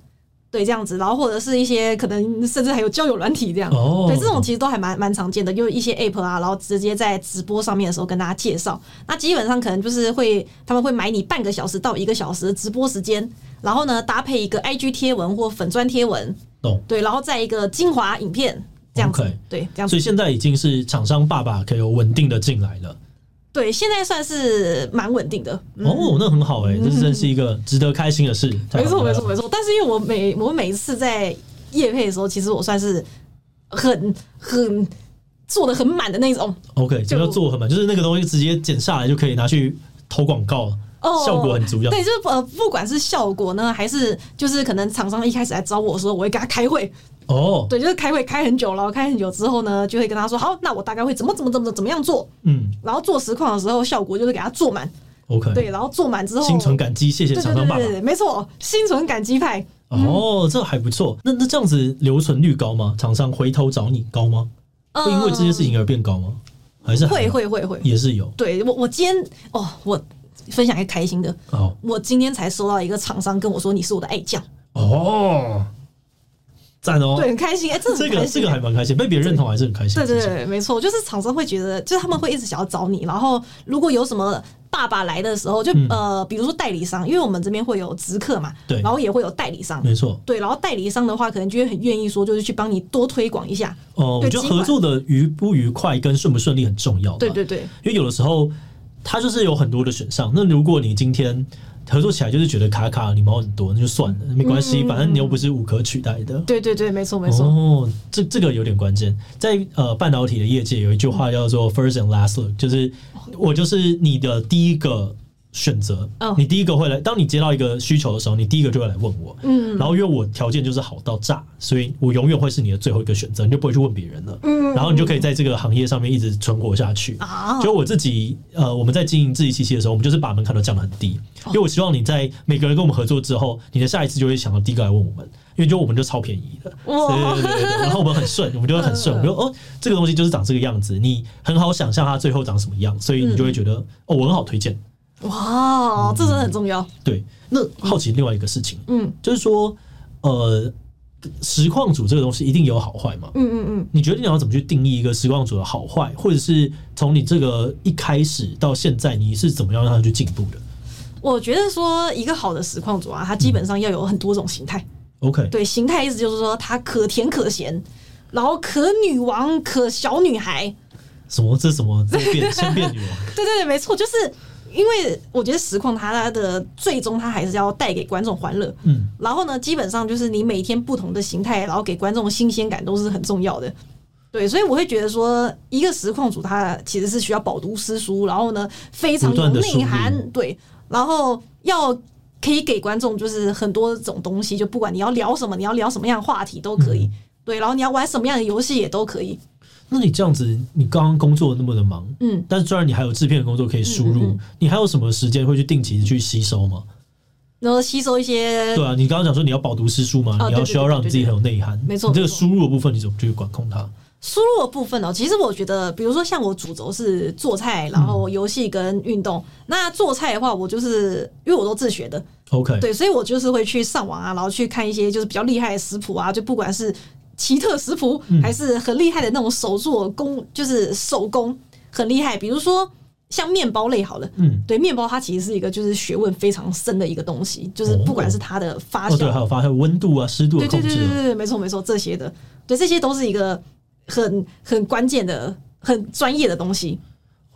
S2: 对，这样子，然后或者是一些可能，甚至还有交友软体这样，
S1: 哦
S2: 对，这种其实都还蛮蛮常见的，就是一些 app 啊，然后直接在直播上面的时候跟大家介绍。那基本上可能就是会，他们会买你半个小时到一个小时的直播时间，然后呢搭配一个 IG 贴文或粉砖贴文，
S1: 懂。
S2: 对，然后再一个精华影片这样子
S1: OK
S2: 对，这样子
S1: 所以。现在已经是厂商爸爸可以有稳定的进来了。
S2: 对，现在算是蛮稳定的。嗯
S1: 哦，那很好哎、这真是一个值得开心的事。
S2: 没错，没错，
S1: 错。
S2: 没错。但是因为我每我每一次在业配的时候，其实我算是很很做的很满的那种。
S1: OK，就
S2: 就
S1: 要做很满，就是那个东西直接剪下来就可以拿去投广告了，
S2: 哦
S1: 效果很足要。
S2: 对，就是呃，不管是效果呢，还是就是可能厂商一开始来找我的时候，我会跟他开会，
S1: 哦，
S2: 对，就是开会开很久，然后开很久之后呢，就会跟他说，好，那我大概会怎么怎么怎么怎么样做，
S1: 嗯
S2: 然后做实况的时候，效果就是给他做满，
S1: ，OK，
S2: 对，然后做满之后，
S1: 嗯心存感激，谢谢
S2: 对对
S1: 厂
S2: 对
S1: 商爸爸
S2: 对。对，没错，心存感激派。
S1: 哦，这还不错。那那这样子留存率高吗？厂商回头找你高吗？会因为这件事情而变高吗？还是还好
S2: 呃嗯会会会会，
S1: 也是有
S2: 对我我今天哦，我分享一个开心的，
S1: 哦
S2: 我今天才收到一个厂商跟我说你是我的爱将，
S1: 哦，赞哦。
S2: 对，很开心，哎、这
S1: 这
S2: 很
S1: 个
S2: 开
S1: 这
S2: 心、
S1: 个还蛮开心，被别人认同还是很开心
S2: 对
S1: 的事情。
S2: 对对，没错，就是厂商会觉得，就是他们会一直想要找你，然后如果有什么。爸爸来的时候，就、
S1: 嗯
S2: 呃，比如说代理商，因为我们这边会有直客嘛，
S1: 对
S2: 然后也会有代理商，
S1: 没错。
S2: 对，然后代理商的话，可能就会很愿意说，就是去帮你多推广一下，
S1: 哦，我
S2: 对
S1: 觉得
S2: 尽管
S1: 合作的愉不愉快跟顺不顺利很重要吧。
S2: 对对对，
S1: 因为有的时候它就是有很多的选项。那如果你今天合作起来就是觉得卡卡你毛很多，那就算了，没关系，
S2: 嗯嗯嗯
S1: 反正你又不是无可取代的。
S2: 对对对，没错没错，
S1: 哦，这这个有点关键，在呃半导体的业界有一句话叫做 “first and last look”，就是我就是你的第一个选择
S2: 哦
S1: 你第一个会来。当你接到一个需求的时候，你第一个就会来问我。
S2: 嗯
S1: 然后因为我条件就是好到炸，所以我永远会是你的最后一个选择，你就不会去问别人了。
S2: 嗯
S1: 然后你就可以在这个行业上面一直存活下去。
S2: 啊，
S1: 就我自己，呃，我们在经营自己七七的时候，我们就是把门槛都降得很低，
S2: 哦
S1: 因为我希望你在每个人跟我们合作之后，你的下一次就会想到第一个来问我们，因为就我们就超便宜的， 对
S2: 哇
S1: 对对对对，然后我们很顺，我们就会很
S2: 嗯
S1: 顺，我们就哦，这个东西就是长这个样子，你很好想象它最后长什么样，所以你就会觉
S2: 嗯
S1: 得、哦，我很好推荐。
S2: 哇，这真的很重要，
S1: 对，那好奇另外一个事情，
S2: 嗯
S1: 就是说，呃，实况组这个东西一定有好坏嘛？
S2: 嗯嗯嗯，
S1: 你决定你要怎么去定义一个实况组的好坏，或者是从你这个一开始到现在，你是怎么样让它去进步的
S2: 我觉得说一个好的实况组啊，它基本上要有很多种形态。
S1: ？OK，
S2: 对，形态意思就是说它可甜可咸，然后可女王、可小女孩。
S1: 什么这什么这变千变女王？
S2: 对对对，没错，就是因为我觉得实况它它的最终它还是要带给观众欢乐。
S1: 嗯，
S2: 然后呢，基本上就是你每天不同的形态，然后给观众新鲜感都是很重要的。对，所以我会觉得说，一个实况组它其实是需要饱读诗书，然后呢非常
S1: 不
S2: 有
S1: 断地
S2: 内涵
S1: 输，
S2: 对，然后要可以给观众就是很多种东西，就不管你要聊什么，你要聊什么样的话题都可以，对，然后你要玩什么样的游戏也都可以，
S1: 那你这样子，你刚刚工作那么的忙，
S2: 嗯，
S1: 但虽然你还有制片的工作可以输入，
S2: 嗯嗯
S1: 你还有什么时间会去定期去吸收吗？
S2: 然后吸收一些
S1: 对啊，你刚刚讲说你要饱读诗书嘛，
S2: 呃哦
S1: 你
S2: 对
S1: 要
S2: 对
S1: 需要
S2: 对
S1: 让
S2: 对
S1: 你自己
S2: 对
S1: 很有内涵。
S2: 没错
S1: 你这个
S2: 没错
S1: 输入的部分你怎么去管控它？
S2: 输入的部分哦，其实我觉得，比如说像我主轴是做菜，然后游戏跟运动。那做菜的话，我就是因为我都自学的，
S1: OK，
S2: 对，所以我就是会去上网啊，然后去看一些就是比较厉害的食谱啊，就不管是奇特食谱，
S1: 嗯
S2: 还是很厉害的那种手做工，就是手工很厉害。比如说像面包类好了。
S1: 嗯，
S2: 对面包，它其实是一个就是学问非常深的一个东西，就是不管是它的发
S1: 哦对，
S2: 酵，
S1: 还有发还有温度啊、湿度的控
S2: 对对对
S1: 制
S2: 对
S1: 啊，
S2: 对，对没错没错，这些的，对，这些都是一个很很关键的、很专业的东西。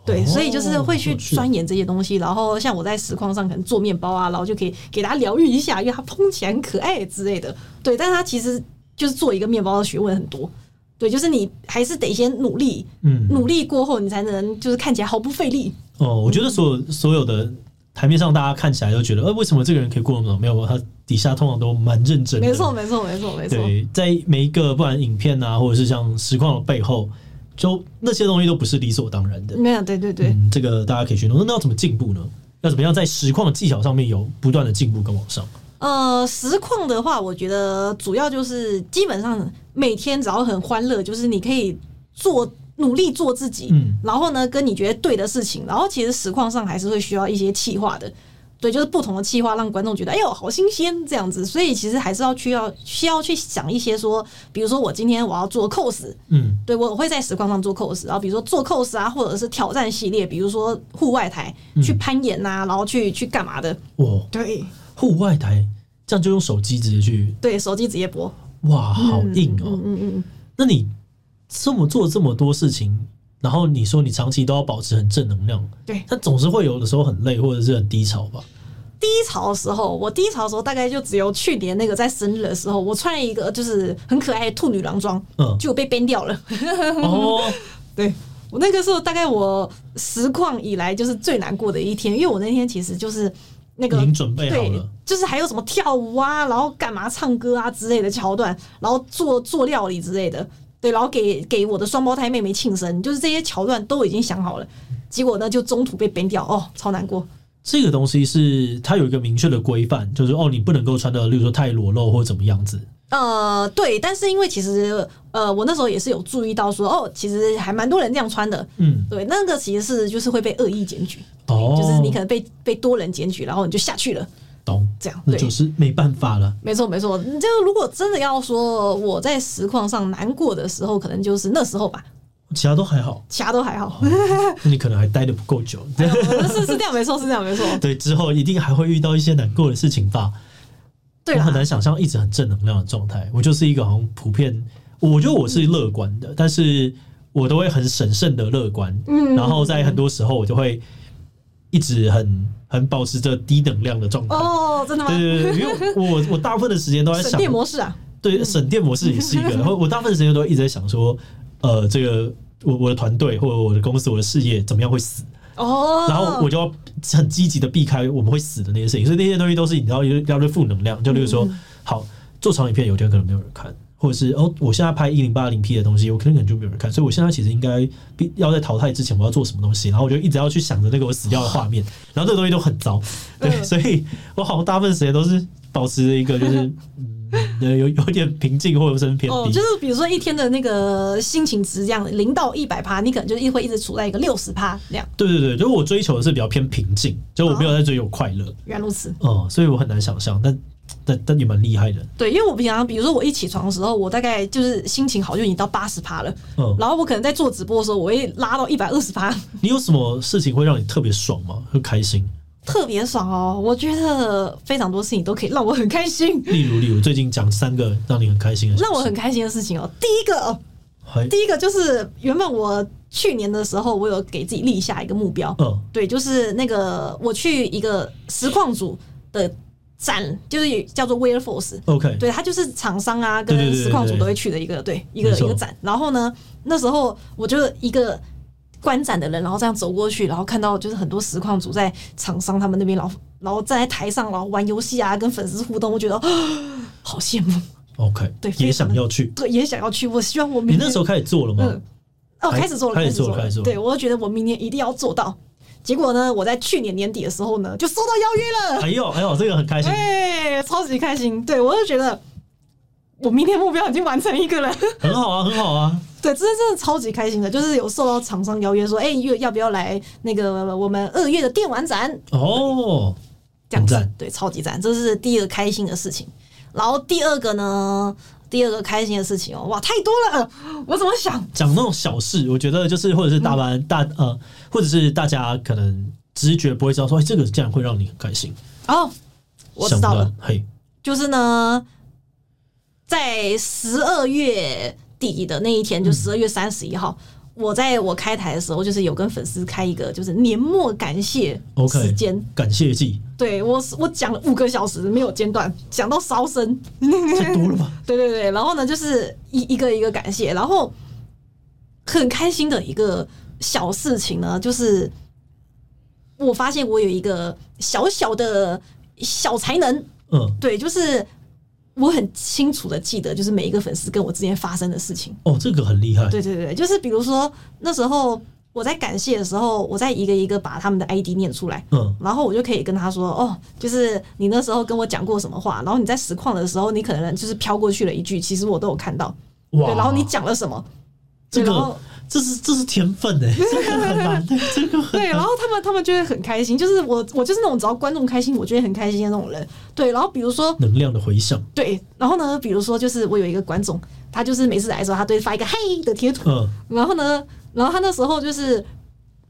S2: 对，
S1: 哦
S2: 所以就是会去
S1: 有趣
S2: 钻研这些东西，然后像我在实况上可能做面包啊，然后就可以给大家疗愈一下，因为它烹起来很可爱之类的。对，但它其实就是做一个面包的学问很多。对，就是你还是得先努力，
S1: 嗯，
S2: 努力过后你才能就是看起来毫不费力。
S1: 哦，我觉得所有所有的台面上大家看起来都觉得，呃，为什么这个人可以过那么久？没有，他底下通常都蛮认真的。
S2: 没错，，没错，没错，没错。
S1: 对，在每一个不然影片啊，或者是像实况的背后，就那些东西都不是理所当然的。
S2: 没有，对对对。
S1: 嗯，这个大家可以去弄。那要怎么进步呢？要怎么样在实况的技巧上面有不断的进步跟往上？
S2: 呃，实况的话，我觉得主要就是基本上每天只要很欢乐，就是你可以做努力做自己，
S1: 嗯
S2: 然后呢，跟你觉得对的事情，然后其实实况上还是会需要一些气化的。对，就是不同的气化，让观众觉得哎呦好新鲜这样子，所以其实还是要去要需要去想一些说，比如说我今天我要做 cos，
S1: 嗯，
S2: 对我我会在实况上做 cos，然后比如说做 cos 啊，或者是挑战系列，比如说户外台去攀岩呐、然后去去干嘛的，
S1: 哇，
S2: 对
S1: 户外台这样就用手机直接去，
S2: 对，手机直接播，
S1: 哇，好硬哦。
S2: 嗯嗯嗯嗯，
S1: 那你这么做这么多事情，然后你说你长期都要保持很正能量，
S2: 对
S1: 但总是会有的时候很累或者是很低潮吧？
S2: 低潮的时候，我低潮的时候大概就只有去年那个在生日的时候，我穿了一个就是很可爱的兔女郎装，
S1: 嗯
S2: 就被 ban 掉了。
S1: 哦，
S2: 对我那个时候大概我实况以来就是最难过的一天，因为我那天其实就是那
S1: 已
S2: 个
S1: 经准备好
S2: 对
S1: 了，，
S2: 就是还有什么跳舞啊，然后干嘛唱歌啊之类的桥段，然后做做料理之类的，对，然后给给我的双胞胎妹妹庆生，就是这些桥段都已经想好了，结果呢就中途被 ban 掉，哦，超难过。
S1: 这个东西是它有一个明确的规范，就是哦，你不能够穿的，例如说太裸露或怎么样子。
S2: 呃，对，但是因为其实呃，我那时候也是有注意到说，哦，其实还蛮多人这样穿的，
S1: 嗯，
S2: 对，那个其实是就是会被恶意检举，
S1: 哦，
S2: 就是你可能被被多人检举，然后你就下去了，
S1: 懂，
S2: 这样
S1: 那
S2: 对。
S1: 就是没办法了。
S2: 没错，没错。就如果真的要说我在实况上难过的时候，可能就是那时候吧，
S1: 其他都还好，
S2: 其他都还好。
S1: 你可能还待的不够久。
S2: 哎呦是是这样，没错，是这样，没错。
S1: 对，之后一定还会遇到一些难过的事情吧。
S2: 对啊
S1: 我很
S2: 啦，
S1: 难想象一直很正能量的状态。我就是一个好像普遍，我觉得我是乐观的，但是我都会很审慎的乐观。
S2: 嗯
S1: 然后在很多时候我就会一直很很保持着低能量的状态。
S2: 哦，真的吗？
S1: 对对对，因为我我我大部分的时间都在
S2: 省
S1: 想，
S2: 电模式啊，
S1: 对省电模式也是一个。然后我大部分的时间都一直在想说，呃，这个我我的团队或者我的公司我的事业怎么样会死，
S2: 哦，
S1: 然后我就要很积极的避开我们会死的那些事情，所以那些东西都是你知道一大堆负能量，就例如说，
S2: 嗯
S1: 好做长影片，有一天可能没有人看，或者是哦，我现在拍一零八零 P 的东西，我可能可能就没有人看，所以我现在其实应该必要在淘汰之前我要做什么东西，然后我就一直要去想着那个我死掉的画面，然后这个东西都很糟， 对，
S2: 嗯
S1: 所以我好像大部分时间都是保持着一个就是嗯有有点平静或者是偏
S2: 哦，
S1: 低
S2: 就，是比如说一天的那个心情值这样，零到一百趴，你可能就一会一直处在一个六十趴这样。
S1: 对对对，就是我追求的是比较偏平静，就我没有
S2: 哦
S1: 在追求快乐，
S2: 原来如此，
S1: 哦，所以我很难想象，但但但也蛮厉害的。
S2: 对，因为我平常比如说我一起床的时候，我大概就是心情好就已经到八十趴了，
S1: 嗯，
S2: 然后我可能在做直播的时候，我会拉到一百二十趴，
S1: 你有什么事情会让你特别爽吗？会开心？
S2: 特别爽哦！我觉得非常多事情都可以让我很开心，
S1: 例如，例如最近讲三个让你很开心的事情，
S2: 让我很开心的事情哦。第一个，
S1: 还
S2: 第一个就是原本我去年的时候，我有给自己立下一个目标，
S1: 嗯
S2: 对，就是那个我去一个实况组的展，就是叫做 Wear Force。
S1: ，OK，
S2: 对，它就是厂商啊，
S1: 对对
S2: 跟
S1: 对对
S2: 实况组
S1: 对
S2: 都会去的一个，对，一个
S1: 没
S2: 一
S1: 错
S2: 个展。然后呢，那时候我就一个观展的人，然后这样走过去，然后看到就是很多实况组在厂商他们那边，然后然后站在台上，然后玩游戏啊，跟粉丝互动，我觉得、啊好羡慕，
S1: o k
S2: 对非常
S1: 也想要去。
S2: 对，也想要去。我希望我
S1: 你
S2: 明天
S1: 那时候开始做了吗？
S2: 嗯哦，
S1: 还
S2: 开始做了，
S1: 开始
S2: 始
S1: 做了
S2: 了，
S1: 开始做了
S2: 对我就觉得我明年一定要做到。结果呢，我在去年年底的时候呢，就收到邀约了，
S1: 哎呦哎呦，这个很开心。
S2: 嗯哎、超级开心。对我就觉得我明天目标已经完成一个了。
S1: 很好啊，很好啊，
S2: 对，这真的超级开心的，就是有受到厂商邀约说，哎、要要不要来那个我们二月的电玩展？
S1: 哦，
S2: 这样
S1: 很
S2: 子
S1: 赞，
S2: 对，超级赞，这是第一个开心的事情。然后第二个呢，第二个开心的事情哦，哇，太多了，呃我怎么想？
S1: 讲那种小事，我觉得就是或者是大班、
S2: 嗯
S1: 大呃，或者是大家可能直觉不会知道说，哎，这个竟然会让你很开心。
S2: 哦，我知
S1: 想不
S2: 道
S1: 到
S2: 了，，
S1: 嘿，
S2: 就是呢，在十二月底的那一
S1: 嗯
S2: 天，就十二月三十一号。我在我开台的时候，就是有跟粉丝开一个就是年末感谢
S1: OK
S2: 时间
S1: 感谢祭
S2: 对我是我讲了五个小时没有间断，讲到烧声。
S1: 太多了 吧？
S2: 对对对，然后呢，就是一一个一个感谢，然后很开心的一个小事情呢，就是我发现我有一个小小的小才能，
S1: 嗯，
S2: 对，就是我很清楚的记得，就是每一个粉丝跟我之间发生的事情。
S1: 哦，这个很厉害。
S2: 对对对，对就是比如说那时候我在感谢的时候，我在一个一个把他们的 ID 念出来，
S1: 嗯，
S2: 然后我就可以跟他说，哦，就是你那时候跟我讲过什么话，然后你在实况的时候，你可能就是飘过去了一句，其实我都有看到，对，
S1: 哇，
S2: 然后你讲了什么，
S1: 这
S2: 对然后
S1: 个这是这是天分哎、这个很 难的、这个很
S2: 对，然后他们他们就会很开心，就是我我就是那种只要观众开心，我就会很开心的那种人，对，然后比如说
S1: 能量的回响。
S2: 对，然后呢，比如说就是我有一个观众，他就是每次来的时候，他都会发一个嘿的贴图，
S1: 嗯，
S2: 然后呢，然后他那时候就是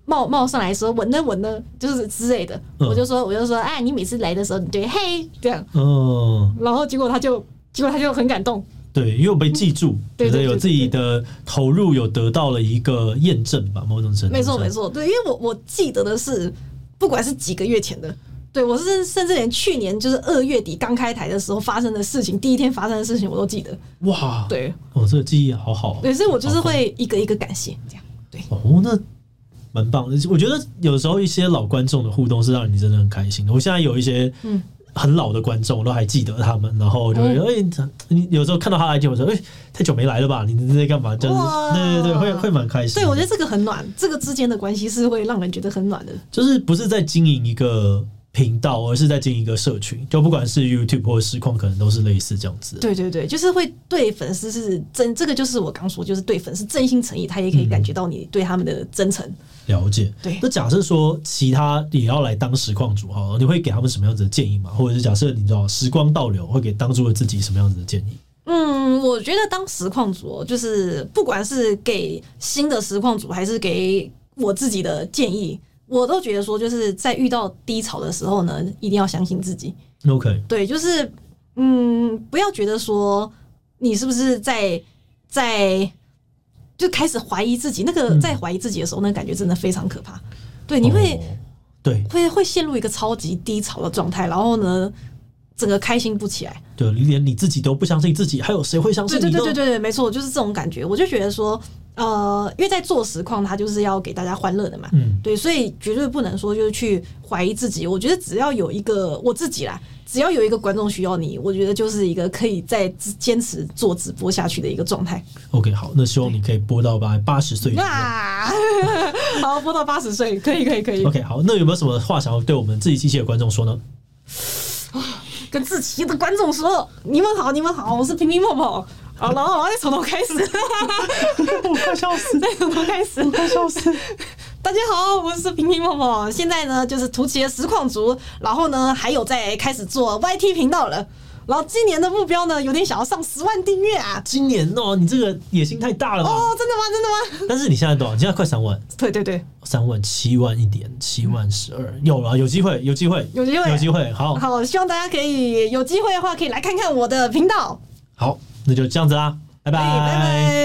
S2: 冒冒上来说稳呢稳呢，就是之类的，
S1: 嗯
S2: 我就说我就说，哎，你每次来的时候，你对嘿这样。
S1: 哦，
S2: 然后结果他就结果他就很感动，
S1: 对，因为我被记住，
S2: 对
S1: 觉得
S2: 对对
S1: 有自己的投入，有得到了一个验证吧，某种程度。
S2: 没错没。错，对，因为我我记得的是，不管是几个月前的，对我是甚甚至连去年就是二月底刚开台的时候发生的事情，第一天发生的事情我都记得。
S1: 哇，，
S2: 对，
S1: 哦，这个记忆好好哦，
S2: 对，所以我就是会一个一个感谢这样。对，
S1: 哦，那蛮棒的。我觉得有时候一些老观众的互动是让你真的很开心的。我现在有一些
S2: 嗯
S1: 很老的观众，我都还记得他们，然后我就会
S2: 哦
S1: 哎、你有时候看到他来电，我说哎、太久没来了吧？你在干嘛？就是
S2: 哇
S1: 对对对，会会蛮开心的。
S2: 对我觉得这个很暖，这个之间的关系是会让人觉得很暖的。
S1: 就是不是在经营一个频道，而是在经营一个社群。就不管是 YouTube 或者实况，可能都是类似这样子的。
S2: 对对对，就是会对粉丝是真，这个就是我刚说，就是对粉丝真心诚意，他也可以感觉到你对他们的真诚。
S1: 了解。
S2: 嗯对
S1: 那假设说其他也要来当实况主好了，你会给他们什么样子的建议吗？或者是假设你知道时光倒流，会给当初的自己什么样子的建议？
S2: 嗯，我觉得当实况主哦，就是不管是给新的实况主，还是给我自己的建议，我都觉得说，就是在遇到低潮的时候呢，一定要相信自己。
S1: OK，
S2: 对，就是嗯，不要觉得说你是不是在在就开始怀疑自己，那个
S1: 嗯
S2: 在怀疑自己的时候，那个感觉真的非常可怕。对，你会、
S1: 哦对
S2: 会会陷入一个超级低潮的状态，然后呢，整个开心不起来。
S1: 对，连你自己都不相信自己，还有谁会相信
S2: 对对
S1: 你呢
S2: 对？对对对，没错，就是这种感觉。我就觉得说，呃，因为在做实况，它就是要给大家欢乐的嘛。
S1: 嗯，
S2: 对，所以绝对不能说就是去怀疑自己。我觉得只要有一个我自己啦，只要有一个观众需要你，我觉得就是一个可以再坚持做直播下去的一个状态。
S1: OK，好，那希望你可以播到八八十岁左右。
S2: 哇， 好，播到八十岁，可以可以可以，
S1: OK，好，那有没有什么话想要对我们自己机器的观众说呢？
S2: 跟志奇的观众说：“你们好，你们好，我是平平泡泡。”好，然后我要再从头开始，
S1: 我快笑死，
S2: 再从头开始。
S1: 快笑死！
S2: 大家好，我是平平默默。现在呢，就是图奇的实况族，然后呢，还有在开始做 YT 频道了。然后今年的目标呢，有点想要上十万订阅啊！
S1: 今年哦，你这个野心太大了吧？
S2: 哦，真的吗？真的吗？
S1: 但是你现在多少？你现在快三万，
S2: 对对对，
S1: 三万七万一点，七万十二，有了，有机会，有机会，
S2: 嗯有机会
S1: 有机会，好，
S2: 好，希望大家可以有机会的话，可以来看看我的频道。
S1: 好，那就这样子啦，拜
S2: 哎，拜拜。